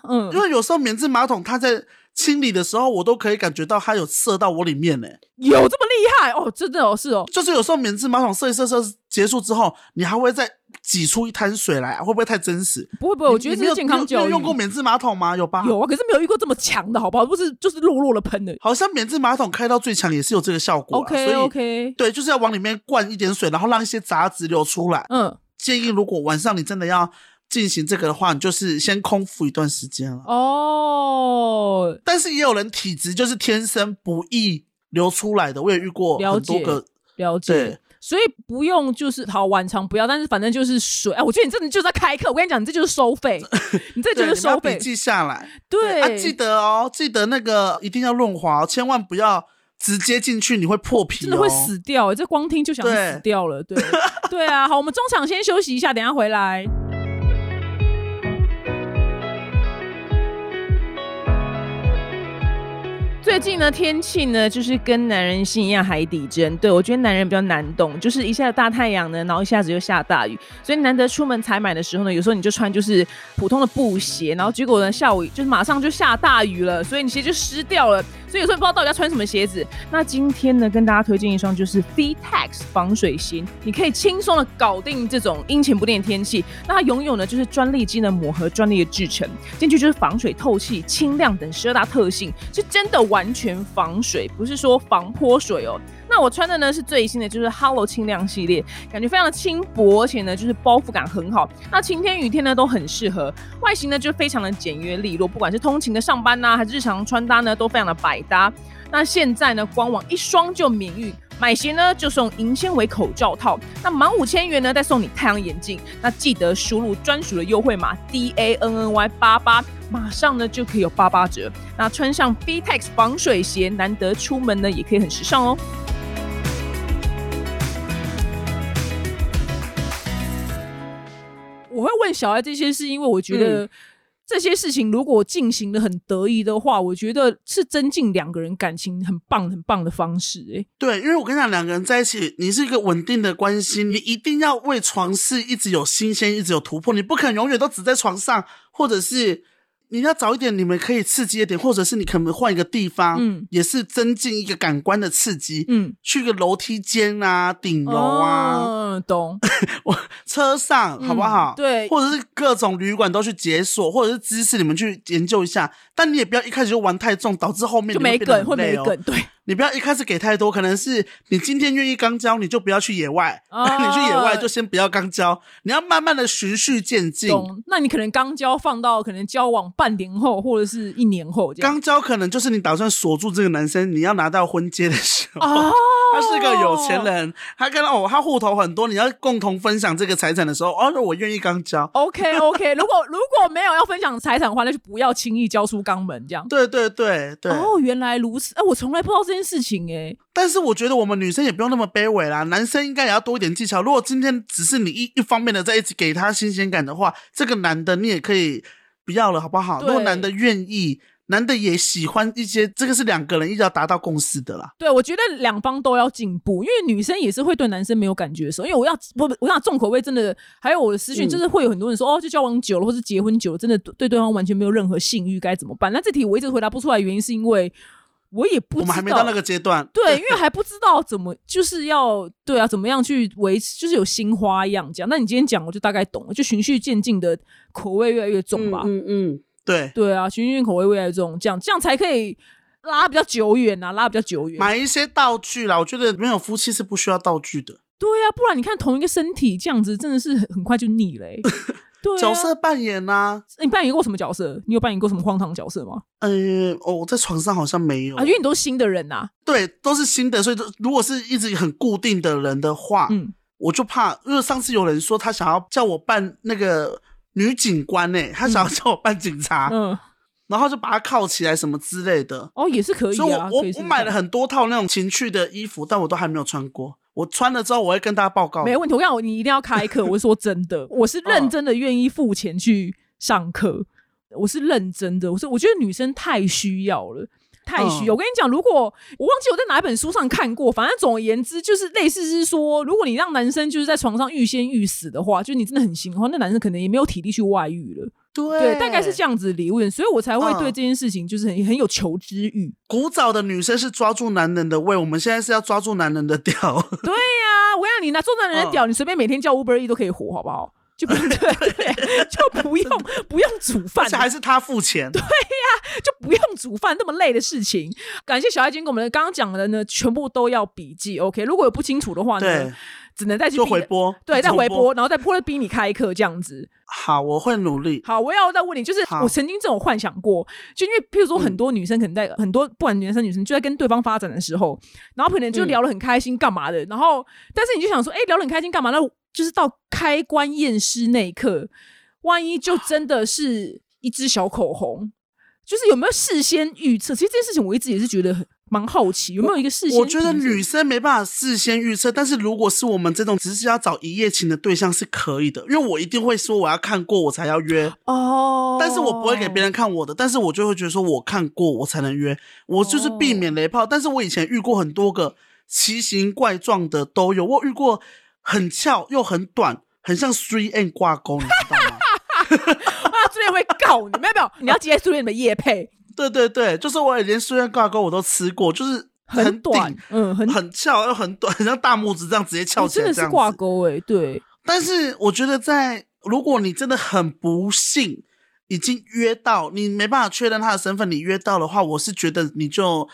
的吗？
[laughs] 因
嗯，
为有时候免治马桶它在清理的时候，我都可以感觉到它有射到我里面呢、
有这么厉害哦？真的哦，是哦，
就是有时候免治马桶射一射射结束之后，你还会再挤出一滩水来，会不会太真实？
不会不会，我觉得
你
这
你没有
是健康
你有
教育。
你有用过免治马桶吗？有吧？
有啊，可是没有遇过这么强的，好不好？不是就是弱弱的喷的。
好像免治马桶开到最强也是有这个效果、啊。
OK
所以
OK，
对，就是要往里面灌一点水，然后让一些杂质流出来。
嗯，
建议如果晚上你真的要进行这个的话，你就是先空腹一段时间了。
哦，
但是也有人体质就是天生不易流出来的，我也遇过
了
很
解
多个。
了
对
解。所以不用就是好晚长不要，但是反正就是水。哎，我觉得你真的就是在开课。我跟你讲，你这就是收费，你这
[laughs] 对，
就
你
是
们要
收
笔
费。
记下来。
对，
啊，记得哦，记得那个一定要润滑、哦，千万不要直接进去，你会破皮、哦，
真的会。死掉、欸，这光听就想
对
死掉了。
[laughs]
对，对啊，好，我们中场先休息一下，等一下回来。
最近呢，天气呢就是跟男人心一样海底针。对我觉得男人比较难懂，就是一下子大太阳呢，然后一下子又下大雨，所以难得出门采买的时候呢，有时候你就穿就是普通的布鞋，然后结果呢下午就是马上就下大雨了，所以你鞋就湿掉了。所以有时候不知道到底要穿什么鞋子。那今天呢，跟大家推荐一双就是 Vtex 防水鞋，你可以轻松的搞定这种阴晴不定的天气。那它拥有呢就是专利机呢抹合专利的制成，进去就是防水、透气、清亮等十二大特性，是真的完全防水，不是说防泼水哦。那我穿的呢是最新的，就是 Hello 轻量系列，感觉非常的轻薄，而且呢就是包覆感很好。那晴天雨天呢都很适合，外形呢就非常的简约利落，不管是通勤的上班呐、还是日常穿搭呢，都非常的百搭。那现在呢，官网一双就免运。买鞋呢就送银纤维口罩套，那满五千元呢再送你太阳眼镜。那记得输入专属的优惠码 D A N N Y 八八，马上呢就可以有八八折。那穿上 B
E
Tex 防水鞋，难得出门呢也可以很时尚哦。
我会问小爱这些，是因为我觉得这些事情如果进行的很得意的话，我觉得是增进两个人感情很棒、很棒的方式、欸。哎，
对，因为我跟你讲，两个人在一起，你是一个稳定的关系，你一定要为床事一直有新鲜，一直有突破，你不可能永远都只在床上，或者是你要找一点你们可以刺激一点，或者是你可能换一个地方，
嗯，
也是增进一个感官的刺激。
嗯，
去个楼梯间啊，顶楼啊，
哦，懂，
车上好不好？
嗯对
或者是各种旅馆都去解锁，或者是知识你们去研究一下。但你也不要一开始就玩太重，导致后面
[laughs] 就
你会
没
变得
梗，
很
会没
累哦
梗， [laughs] 对，
你不要一开始给太多，可能是你今天愿意刚交，你就不要去野外；
哦
你去野外就先不要刚交，你要慢慢的循序渐进。
懂。那你可能刚交放到可能交往半年后或者是一年后这样。
刚交可能就是你打算锁住这个男生，你要拿到婚戒的时候。
哦，
他是个有钱人，他跟哦，他户头很多，你要共同分享这个财产的时候，哦，我愿意刚交。
OK OK，如果如果没有要分享财产的话，那就不要轻易交出肛门这样。
对对对对，
哦，原来如此。哎、我从来不知道这件事情哎、
但是我觉得我们女生也不用那么卑微啦，男生应该也要多一点技巧。如果今天只是你一一方面的在一直给他新鲜感的话，这个男的你也可以不要了，好不好？
对
如果男的愿意，男的也喜欢一些，这个是两个人一直要达到共识的啦。
对，我觉得两方都要进步，因为女生也是会对男生没有感觉的时候，因为我要我我想重口味真的，还有我的私讯，
嗯
就是会有很多人说、哦，就交往久了或是结婚久了，真的对对对方完全没有任何性欲，该怎么办？那这题我一直回答不出来，原因是因为我也不
我
知
们还没到那个阶 [laughs] 段，
对，因为还不知道怎么就是要对啊，怎么样去维持，就是有新花样这样。那你今天讲，我就大概懂了，就循序渐进的口味越来越重吧。
嗯嗯，对，
对啊，循序渐进口味越来越重，这样这样才可以拉比较久远啊，拉比较久远。
买一些道具啦，我觉得没有夫妻是不需要道具的。
对啊，不然你看同一个身体这样子，真的是很很快就腻
[laughs]
嘞、欸。对、啊，
角色扮演啊呐、
你扮演过什么角色？你有扮演过什么荒唐角色吗？
嗯，呃，哦，在床上好像没有，
啊，因为你都是新的人呐、
对，都是新的，所以都如果是一直很固定的人的话，
嗯，
我就怕，因为上次有人说他想要叫我扮那个女警官呢、他想要叫我扮警察，
嗯，
然后就把他铐起来什么之类的。
哦，也是可以
所以我
啊，
我
可以试
我
试
买
看
了很多套那种情趣的衣服，但我都还没有穿过。我穿了之后，我会跟大家报告。
没问题，我跟你讲，你一定要开课。我是说真的，我是认真的，愿意付钱去上课。我是认真的，我是我觉得女生太需要了，太虚。我跟你讲，如果我忘记我在哪一本书上看过，反正总而言之，就是类似是说，如果你让男生就是在床上欲仙欲死的话，就是你真的很行的话，那男生可能也没有体力去外遇了。
对
对，大概是这样子的理论，所以我才会
嗯
对这件事情就是很很有求知欲。
古早的女生是抓住男人的胃，我们现在是要抓住男人的屌。 [laughs]
对呀、我让你拿中南人的
嗯
屌，你随便每天叫 Uber E 都可以活，好不好？就不
[laughs]
对对，就不用不用煮饭
而，且还是他付钱，
就不用煮饭那么累的事情。感谢小爱今天跟我们刚刚讲的呢，全部都要笔记。OK，如果有不清楚的话呢
对，
只能再去
就
逼
回
的
拨，
对，再
重
回播，。然后再播了逼你开课这样子。
好，我会努力。
好，我要再问你，就是
好嗯
我曾经这种幻想过，就因为譬如说很多女生可能在、很多不管男生女生就在跟对方发展的时候，然后可能
嗯
就聊得很开心干嘛的，然后但是你就想说，哎、聊得很开心干嘛？那就是到开棺验尸那一刻，万一就真的是一支小口红，就是有没有事先预测？其实这件事情我一直也是觉得很蛮好奇，有没有一个事先
我觉得
评估
女生没办法事先预测，但是如果是我们这种只是要找一夜情的对象是可以的，因为我一定会说我要看过我才要约，
哦， [laughs]
但是我不会给别人看我的，但是我就会觉得说我看过我才能约，我就是避免
哦
雷炮。但是我以前遇过很多个奇形怪状的都有，我遇过很翘又很短，很像 three N 挂钩，你知道吗？ [laughs]
啊，这边会告你，没有没有，你要接苏联的叶配。
对对对，就是我连 three N 挂钩我都吃过，就是
很短
顶，
嗯，很
很翘又很短，很像大拇指这样直接翘
你哎
起
真
来，
的
这
是
样
挂
子。
钩哎、对，
但是我觉得在如果你真的很不幸已经约到，你没办法确认他的身份，你约到的话，我是觉得你就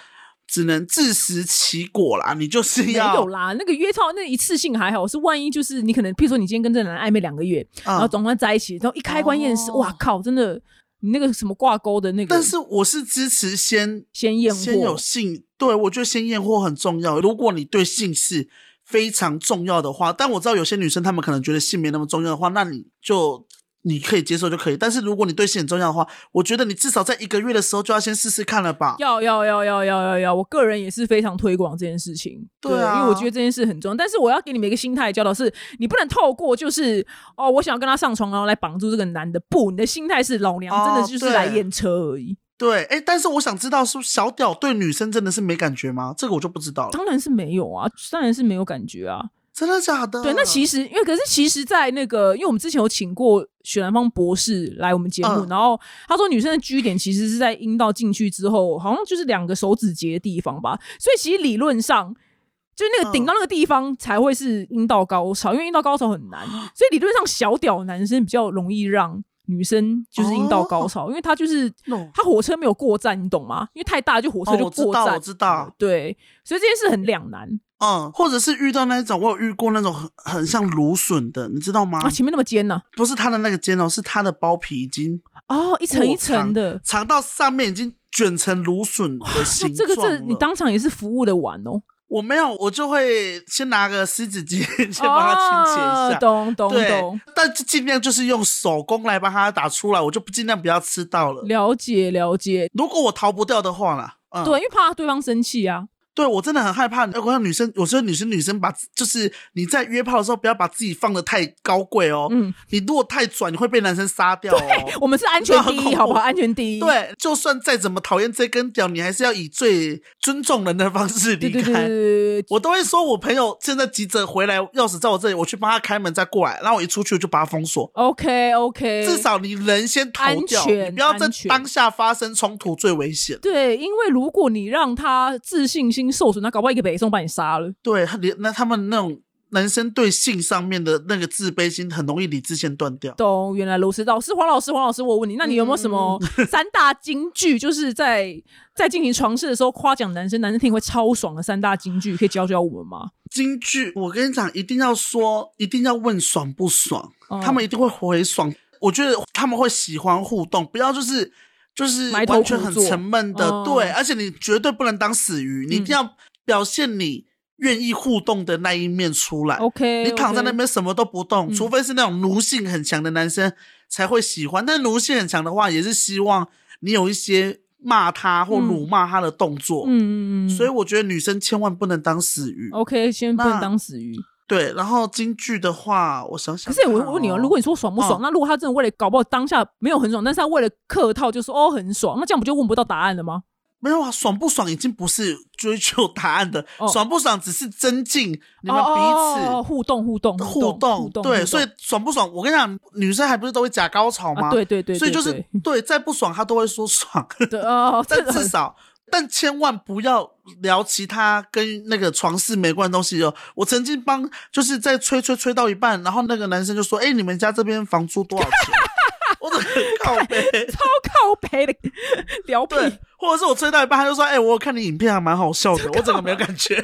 只能自食其果啦，你就是
没有
要
啦。那个约炮那一次性还好，是万一就是你可能，譬如说你今天跟这个男人暧昧两个月，然后
啊。
总算在一起，然后一开棺验尸，
哦
哇靠，真的，你那个什么挂钩的那个，
但是我是支持先
先验
先有
货，
性，对我觉得先验货很重要。如果你对性是非常重要的话，但我知道有些女生她们可能觉得性没那么重要的话，那你就你可以接受就可以。但是如果你对性很重要的话，我觉得你至少在一个月的时候就要先试试看了吧。
要要要要要要要，我个人也是非常推广这件事情，
对啊
因为我觉得这件事很重要。但是我要给你们一个心态教导是，你不能透过就是哦，我想要跟他上床，然后来绑住这个男的，不，你的心态是老娘真的
哦
就是来
对
验车而已，
对，哎，但是我想知道，是不是小屌对女生真的是没感觉吗？这个我就不知道了，
当然是没有啊，当然是没有感觉啊。
真的假的？
对，那其
实
实因为可是其实，在那个，因为我们之前有请过许兰芳博士来我们节目，
嗯
然后他说女生的 G 点其实是在阴道进去之后，好像就是两个手指节的地方吧，所以其实理论上。就是那
嗯
个顶到那个地方才会是阴道高潮，因为阴道高潮很难，
啊
所以理论上小屌男生比较容易让女生就是阴道
哦
高潮，因为他就是他火车没有过站，你懂吗？因为太大就火车
哦，
就
我知
过
道，
站，
我知道，
对，所以这件事很两难
嗯，或者是遇到那种，我有遇过那种很很像芦笋的，你知道吗？
啊，前面那么尖呢、
不是它的那个煎哦，是它的包皮已经
哦，一层一层的，
长到上面已经卷成芦笋的形
那这个
状
这
了
你当场也是服务的完哦，
我没有，我就会先拿个湿纸巾 [laughs] 先帮它清洁一
哦
下。
懂懂
对
懂，，
但就尽量就是用手工来帮它打出来，我就不尽量不要吃到了。
了解了解，
如果我逃不掉的话啦，嗯，
对，因为怕对方生气啊，
对我真的很害怕。我让女生，我说女生女生把就是你在约炮的时候，不要把自己放的太高贵哦。
嗯，
你如果太拽，你会被男生杀掉哦。
我们是安全第
这很恐
一，
怖
好不好？安全第一，
对，就算再怎么讨厌这根屌，你还是要以最尊重人的方式
对
离
对对对
开。
对对，
我都会说，我朋友现在急着回来，钥匙在我这里，我去帮他开门再过来。然后我一出去我就把他封锁。
OK OK，
至少你人先逃掉，
安全
你不要在
安全
当下发生冲突最危险。
对，因为如果你让他自信心受损，那搞不好一个北宋把你杀了。
对，连那他们那种男生对性上面的那个自卑心，很容易理智线断掉。
懂，原来如此。老师黄老师，黄老师，我问你，那你有没有什么
嗯
三大金句，就是在在进行床事的时候夸奖男生，男生听会超爽的三大金句，可以教教我们吗？
京剧，我跟你讲，一定要说，一定要问爽不爽，
哦
他们一定会回爽。我觉得他们会喜欢互动，不要就是就是
埋头
完全
苦
很
做
沉闷的，
哦嗯
对。而且你绝对不能当死鱼，你一定要表现你愿意互动的那一面出来。
OK，
你躺在那
OK
边什么都不动，
嗯
除非是那种奴性很强的男生才会喜欢。但奴性很强的话，也是希望你有一些骂他或
嗯
辱骂他的动作。
嗯嗯嗯，哦
所以我觉得女生千万不能当死鱼。
OK，先不
那
能当死鱼。
对，然后京剧的话，我想想
可
看
是
哦、
我问你哦，如果你说爽不爽，
嗯
那如果他真的为了搞不好当下没有很爽，但是他为了客套就说哦很爽，那这样不就问不到答案了吗？
没有啊，爽不爽已经不是追求答案的，
哦
爽不爽只是增进你们
哦
彼
哦哦
此
互动互动
互
动
动。对，所
以
以爽不爽，我跟你讲，女生还不是都会假高潮吗？
啊，对对对，
所以
对
就是
对
对，再不爽她都会说爽，
对
[laughs]
哦，这
但至少，但千万不要聊其他跟那个床事没关的东西哦。我曾经帮就是在吹吹吹到一半，然后那个男生就说：“哎、你们家这边房租多少钱？” [laughs] 我怎么靠背？
超靠北的 [laughs] 聊屁，
对，或者是我吹到一半，他就说：“哎、我有看你影片还蛮好笑的。”我整个没有感觉。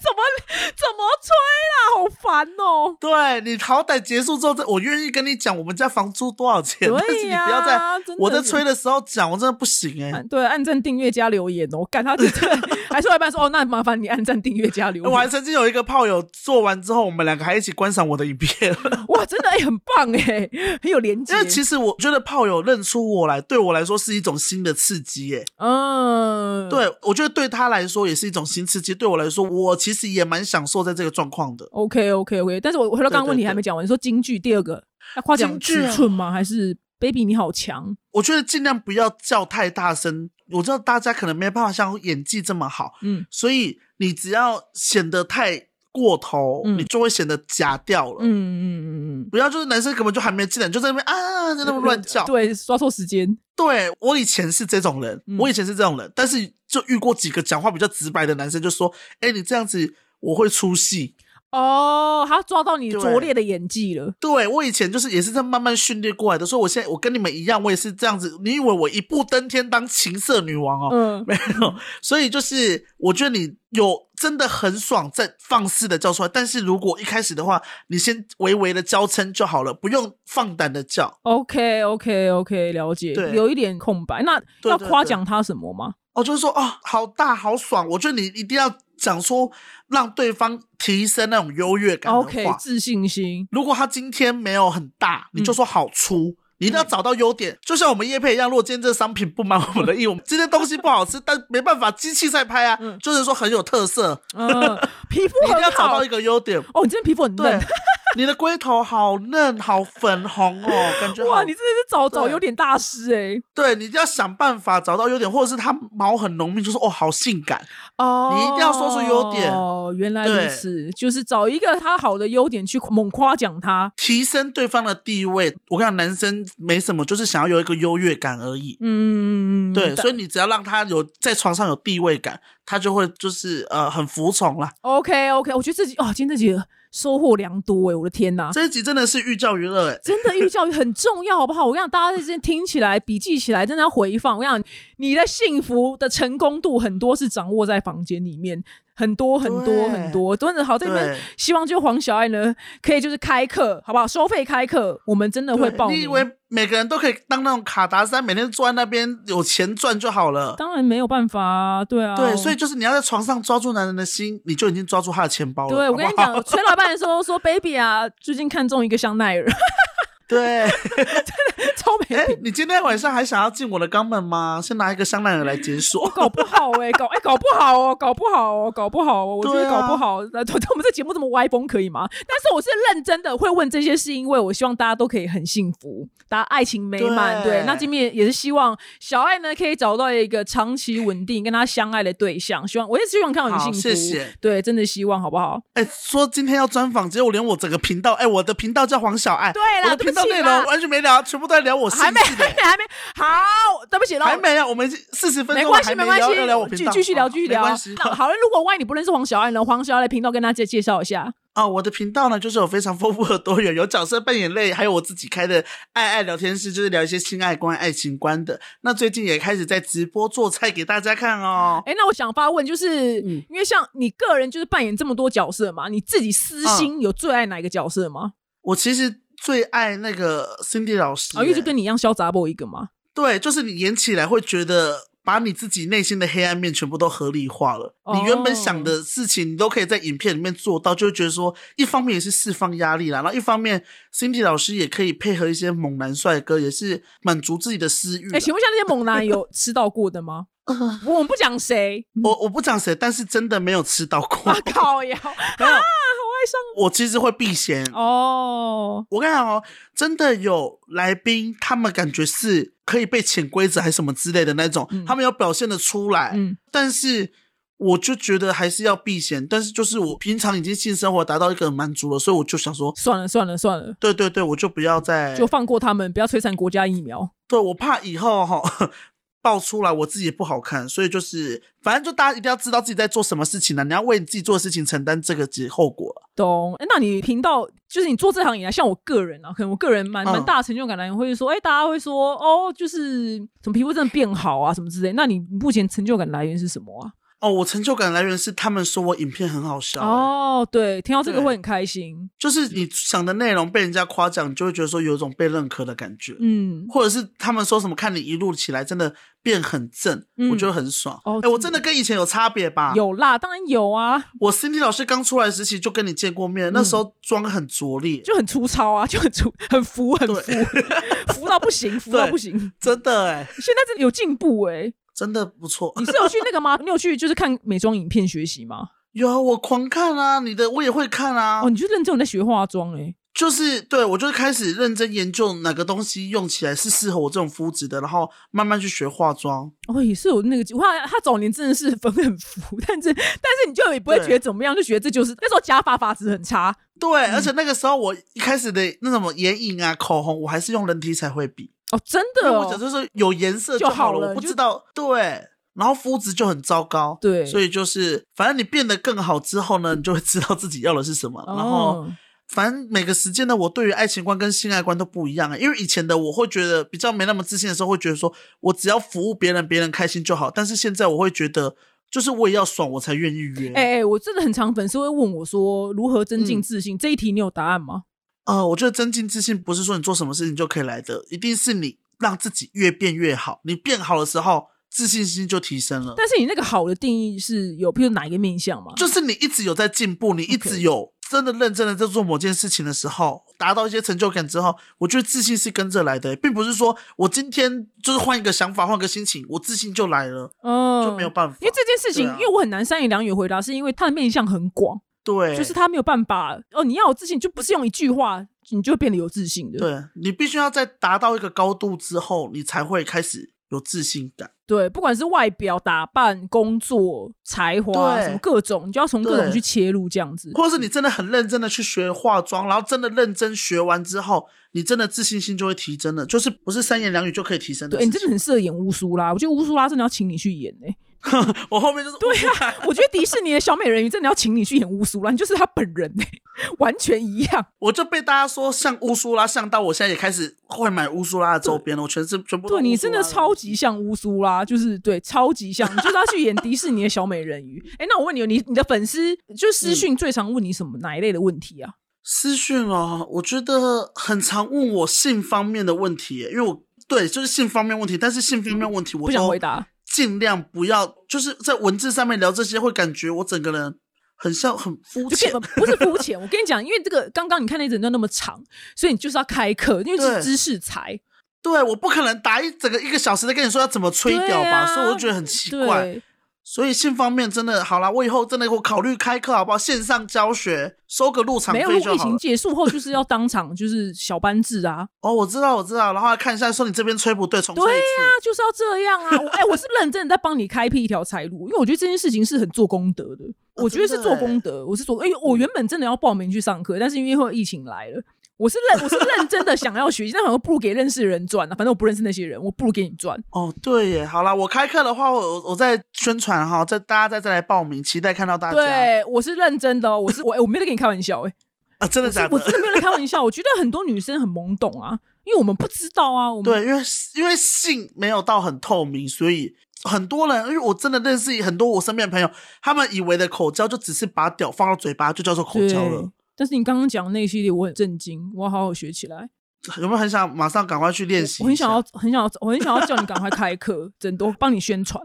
怎么怎么吹啦，好烦哦。
[laughs] 对你好歹结束之后再，我愿意跟你讲我们家房租多少钱， [laughs] 但是
对
你
呀
不要在
真的
我在
是
吹的时候讲，我真的不行哎、
按对，按赞、订阅加留言哦，赶他就 [laughs] 还说到一半说哦，那麻烦你按赞、订阅加留
我还
言。
曾经有一个炮友做完之后，我们两个还一起观赏我的影片。
哇，真的哎、很
[laughs]
棒哎、很有连接。
因为其实我觉得炮友认出我来，对我来说是一种新的刺激耶。
嗯，
对，我觉得对他来说也是一种新刺激。对我来说，我其实也蛮享受在这个状况的。
，OK OK OK。但是我回到刚刚问题
对对
还没讲完，你说京剧第二个要夸奖
京剧
尺
啊
寸吗？还是 Baby 你好强？
我觉得尽量不要叫太大声。我知道大家可能没办法像演技这么好，
嗯
所以你只要显得太过头，
嗯
你就会显得假掉了。
嗯嗯嗯嗯
不要就是男生根本就还没进来，你就在那边啊，在那边
嗯，
乱叫。
对，抓错时间。
对我以前是这种人，我以前是这种人，但是就遇过几个讲话比较直白的男生，就说：“哎、你这样子我会出戏。
哦，他抓到你
对
拙劣的演技了。
对”我以前就是也是在慢慢训练过来的，所以我现在我跟你们一样，我也是这样子。你以为我一步登天当情色女王哦？
嗯，
没有，所以就是我觉得你有真的很爽，在放肆的叫出来，但是如果一开始的话，你先微微的娇嗔就好了，不用放胆的叫。
OK OK OK，了解，
对
有一点空白。那
对
要
对
夸
对
奖他什么吗？
哦，就是说哦，好大好爽，我觉得你一定要讲说让对方提升那种优越感的话。
OK，自信心。
如果他今天没有很大，
嗯
你就说好粗。你一定要找到优点，就像我们叶配一样。如果今天这商品不满我们的意，我们今天东西不好吃，但没办法，机器在拍啊，
嗯
就是说很有特色。 [laughs]
嗯，皮肤
你一定
很
要找
好
到一。个优点。
哦，你真的皮肤很
对
嫩，，
你的龟头好嫩，好粉红哦，感觉
[laughs] 哇，
好
你真的是找找
对
有点大师哎。
对，你一定要想办法找到优点，或者是它毛很浓密，就说哦，好性感。
哦
你一定要说出优点
哦，原来
对
如此，就是找一个他好的优点去猛夸奖他。
提升对方的地位。我跟你讲，男生没什么，就是想要有一个优越感而已。
嗯，
对，
但
所以你只要让他有在床上有地位感，他就会就是呃很服从啦。
OK OK，我觉得自己哦，今天这集收获良多哎，我的天呐！
这一集真的是寓教于乐、欸，
真的寓教育很重要，好不好？我跟你讲，大家在这边听起来、笔记起来，真的要回放。我跟你讲，你的幸福的成功度很多是掌握在房间里面，很多很多
对
很多，真的好。这边
对
希望就黄小爱呢，可以就是开课，好不好？收费开课，我们真的会
对
报
你以
名。
为每个人都可以当那种卡达山，每天坐在那边有钱赚就好 [laughs] 了？
当然没有办法、啊，对啊，
对，所以。就是你要在床上抓住男人的心，你就已经抓住他的钱包了。
对，我跟你
[laughs] 好不好
讲，崔老板说说，baby 啊，最近看中一个香奈儿，
对，
[laughs] 超没
哎、
品，
[laughs] 你今天晚上还想要进我的肛门吗？先拿一个香奈儿来解 [laughs] 锁。
搞不好哎、搞哎、搞不好哦，搞不好哦，搞不好哦，我觉得
对啊
搞不好。呃，对我们这节目这么歪风可以吗？但是我是认真的，会问这些，是因为我希望大家都可以很幸福，大家爱情美满。对，
对
那今天也是希望小爱呢可以找到一个长期稳定跟她相爱的对象，希望我也希望看到你
好
幸福。
谢谢。
对，真的希望好不好？
哎、说今天要专访，结果连我整个频道，哎、我的频道叫黄小爱，
对啦
我的频道
对不
内
起
容
啦
完全没聊，全部都在聊我性
还没，
质
还
的
没，。还没。好，对不起喽，
还没啊，我们四十分钟
没关系，
还
没
没
关
聊要聊我
系，
频
继
道，
继续聊，
哦
继续
没
聊
关系。
那好了，如果万一你不认识黄小爱呢，黄小爱的频道跟大家介绍一下。
啊、我的频道呢，就是有非常丰富的多元，有角色扮演类，还有我自己开的爱爱聊天室，就是聊一些性爱观、爱情观的。那最近也开始在直播做菜给大家看哦。
哎、那我想发问，就是、
嗯
因为像你个人就是扮演这么多角色嘛，你自己私
啊
心有最爱哪一个角色吗？
我其实最爱那个 Cindy 老师、
啊，因为
哎
就跟你一样潇洒 boy 一个嘛。
对，就是你演起来会觉得把你自己内心的黑暗面全部都合理化了。你原本
哦
想的事情，你都可以在影片里面做到，就会觉得说，一方面也是释放压力啦，然后一方面 Cindy 老师也可以配合一些猛男帅哥，也是满足自己的私欲啦。
哎、请问一下，那些猛
[laughs]
男有吃到过的吗？我们不讲谁，
我我不讲谁，但是真的没有吃到过
啊。靠呀，好
没有，
爱上
[laughs] 我其实会避嫌。
哦，
我跟你讲哦，真的有来宾，他们感觉是可以被潜规则还是什么之类的那种，他们有表现的出来。
嗯
但是我就觉得还是要避嫌。但是就是我平常已经性生活达到一个满足了，所以我就想说，
算了算了算了，
对对对，我就不要再
就放过他们，不要摧残国家疫苗。
对我怕以后哈、 [laughs] 爆出来我自己也不好看，所以就是反正就大家一定要知道自己在做什么事情了、你要为你自己做的事情承担这个结后果啊。
懂？诶那你频道就是你做这行以来，像我个人啊，可能我个人蛮
嗯
蛮大的成就感来源，会说，哎、大家会说，哦，就是什么皮肤真的变好啊，什么之类。那你目前成就感来源是什么啊？
哦，我成就感来源是他们说我影片很好笑、
哦，对，听到这个
对
会很开心。
就是你想的内容被人家夸奖，你就会觉得说有一种被认可的感觉，
嗯，
或者是他们说什么看你一路起来真的变很正，
嗯
我觉得很爽。哎、
哦
我真的跟以前有差别吧？，
有啦，当然有啊，
我 Cindy 老师刚出来时期就跟你见过面，那时候妆很拙劣，
嗯就很粗糙啊，就很粗，很浮，很浮，浮 [laughs] 到不行，浮到
对
不行。
真的哎、
现在真的有进步哎、
真的不错。
你是有去那个吗？你有去就是看美妆影片学习吗？
有啊，我狂看啊，你的我也会看啊，
哦，你就认真有在学化妆哎、
就是对我就是开始认真研究哪个东西用起来是适合我这种肤质的，然后慢慢去学化妆。
哦，也是有那个机会，哇他早年真的是粉很浮，但是但是你就也不会
对
觉得怎么样，就觉得这就是那时候假发发质很差，
对，
嗯
而且那个时候我一开始的那什么眼影啊、口红，我还是用人体彩绘笔，
哦，真的
因为我想
哦，
就是有颜色
就
好
好了
我不
就
知道对。然后肤质就很糟糕，
对
所以就是反正你变得更好之后呢，你就会知道自己要的是什么。然后
哦
反正每个时间呢，我对于爱情观跟性爱观都不一样啊、因为以前的我会觉得比较没那么自信的时候，会觉得说我只要服务别人，别人开心就好。但是现在我会觉得，就是我也要爽，我才愿意约。
哎、哎，我真的很常粉丝会问我说如何增进
嗯
自信，这一题你有答案吗？
呃，我觉得增进自信不是说你做什么事情就可以来的，一定是你让自己越变越好。你变好的时候，自信心就提升了。
但是你那个好的定义是有，譬如哪一个面向吗？
就是你一直有在进步，你一
OK
直有真的认真的在做某件事情的时候，达到一些成就感之后，我觉得自信是跟着来的，并不是说我今天就是换一个想法、换个心情，我自信就来了，
嗯，
就没有办法。
因为这件事情，
对啊
因为我很难三言两语回答，是因为它的面向很广，
对，
就是他没有办法哦。你要有自信，就不是用一句话，你就会变得有自信的。
对你必须要在达到一个高度之后，你才会开始有自信感。
对，不管是外表、打扮、工作、才华
对
什么各种，你就要从各种
对
去切入这样子。
或者是你真的很认真的去学化妆，然后真的认真学完之后，你真的自信心就会提升了，就是不是三言两语就可以提升的
对，
事
你
情。
真的很适合演乌苏拉，我觉得乌苏拉真的要请你去演哎、
我后面就是
对啊，我觉得迪士尼的小美人鱼真的要请你去演乌苏拉，你就是她本人哎、完全一样。
我就被大家说像乌苏拉，像到我现在也开始会买乌苏拉的周边了。我全是全部都
对你
乌苏
真
拉
的
了
超级像乌苏拉，就是对，超级像，你就是要去演迪士尼的小美人鱼。哎、那我问你哦，你你的粉丝就
嗯
私讯最常问你什么、哪一类的问题啊？
私讯哦，我觉得很常问我性方面的问题耶，因为我对就是性方面问题，但是性方面问题我
不想
都
回答。
尽量不要，就是在文字上面聊这些，会感觉我整个人很像很肤
就根
浅
本。不是肤浅。我跟你讲，因为这个刚刚你看那一整段那么长，所以你就是要开课，因为这是
对
知识才。
对，我不可能打一整个一个小时在跟你说要怎么吹掉
对
吧，
啊
所以我就觉得很奇怪。
对，
所以性方面真的好啦，我以后真的我考虑开课好不好？线上教学收个入场
没
费
有。如
就
果疫
好了
情。结束后，就是要当场就是小班制啊，
哦，我知道，我知道，然后还看一下说你这边吹不对，重吹一次。
对那就是要这样啊。我哎、我是认真的在帮你开辟一条财路，因为我觉得这件事情是很做功德的。
哦
我觉得
真
是
的
做
欸嗯
功德，我是做。哎、我原本真的要报名去上课，但是因为后来疫情来了。我是认我是认真的想要学习，但好像不如给认识的人赚啊。反正我不认识那些人，我不如给你赚。
哦，对耶，好啦，我开课的话，我我我再宣传哈，再大家再再来报名，期待看到大家。
对，我是认真的哦。我是我、哎我没得跟你开玩笑哎、
啊，真的
我是
假
我真的
的？
没有在开玩笑，我觉得很多女生很懵懂啊，因为我们不知道啊，我们
[laughs] 对，因为因为性没有到很透明，所以很多人，因为我真的认识很多我身边的朋友，他们以为的口交就只是把屌放到嘴巴就叫做口
对
交了。
但是你刚刚讲的那一系列，我很震惊，我要好好学起来。
有没有很想马上赶快去练习一下？
我很想要，很想要，我很想要叫你赶快开课，真的，我帮你宣传。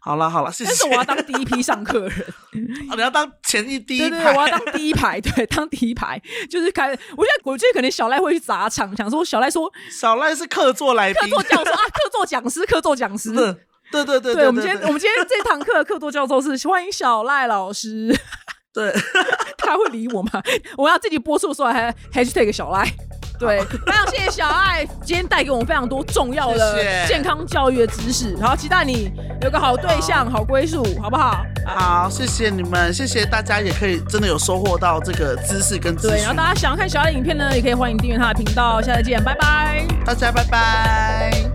好啦好啦，谢谢。
但是我要当第一批上课的人，
啊 [laughs] 你要当前一 [laughs] 第一
对
排，
对对，我要当第一排，对，当第一排就是开。我觉得，我觉得可能小赖会去砸场，想说小赖说
小赖是客座来宾
客，座教授啊，客座讲师，客座讲
[laughs]
师。
对嗯对对对
对，我们今天我们今天这堂课的课座教授是欢迎小赖老师。
对对，
[laughs] 他会理我吗？我要自己播出的时候还 hashtag 小赖。对， [laughs] 非常谢谢小爱今天带给我们非常多重要
谢
的
谢
健康教育的知识，然后期待你有个好对象、好归宿，好不好？
好，谢谢你们，谢谢大家，也可以真的有收获到这个知识跟资
对，
讯
然后。大家想要看小爱的影片呢，也可以欢迎订阅他的频道，下次见，拜拜。
大家拜拜。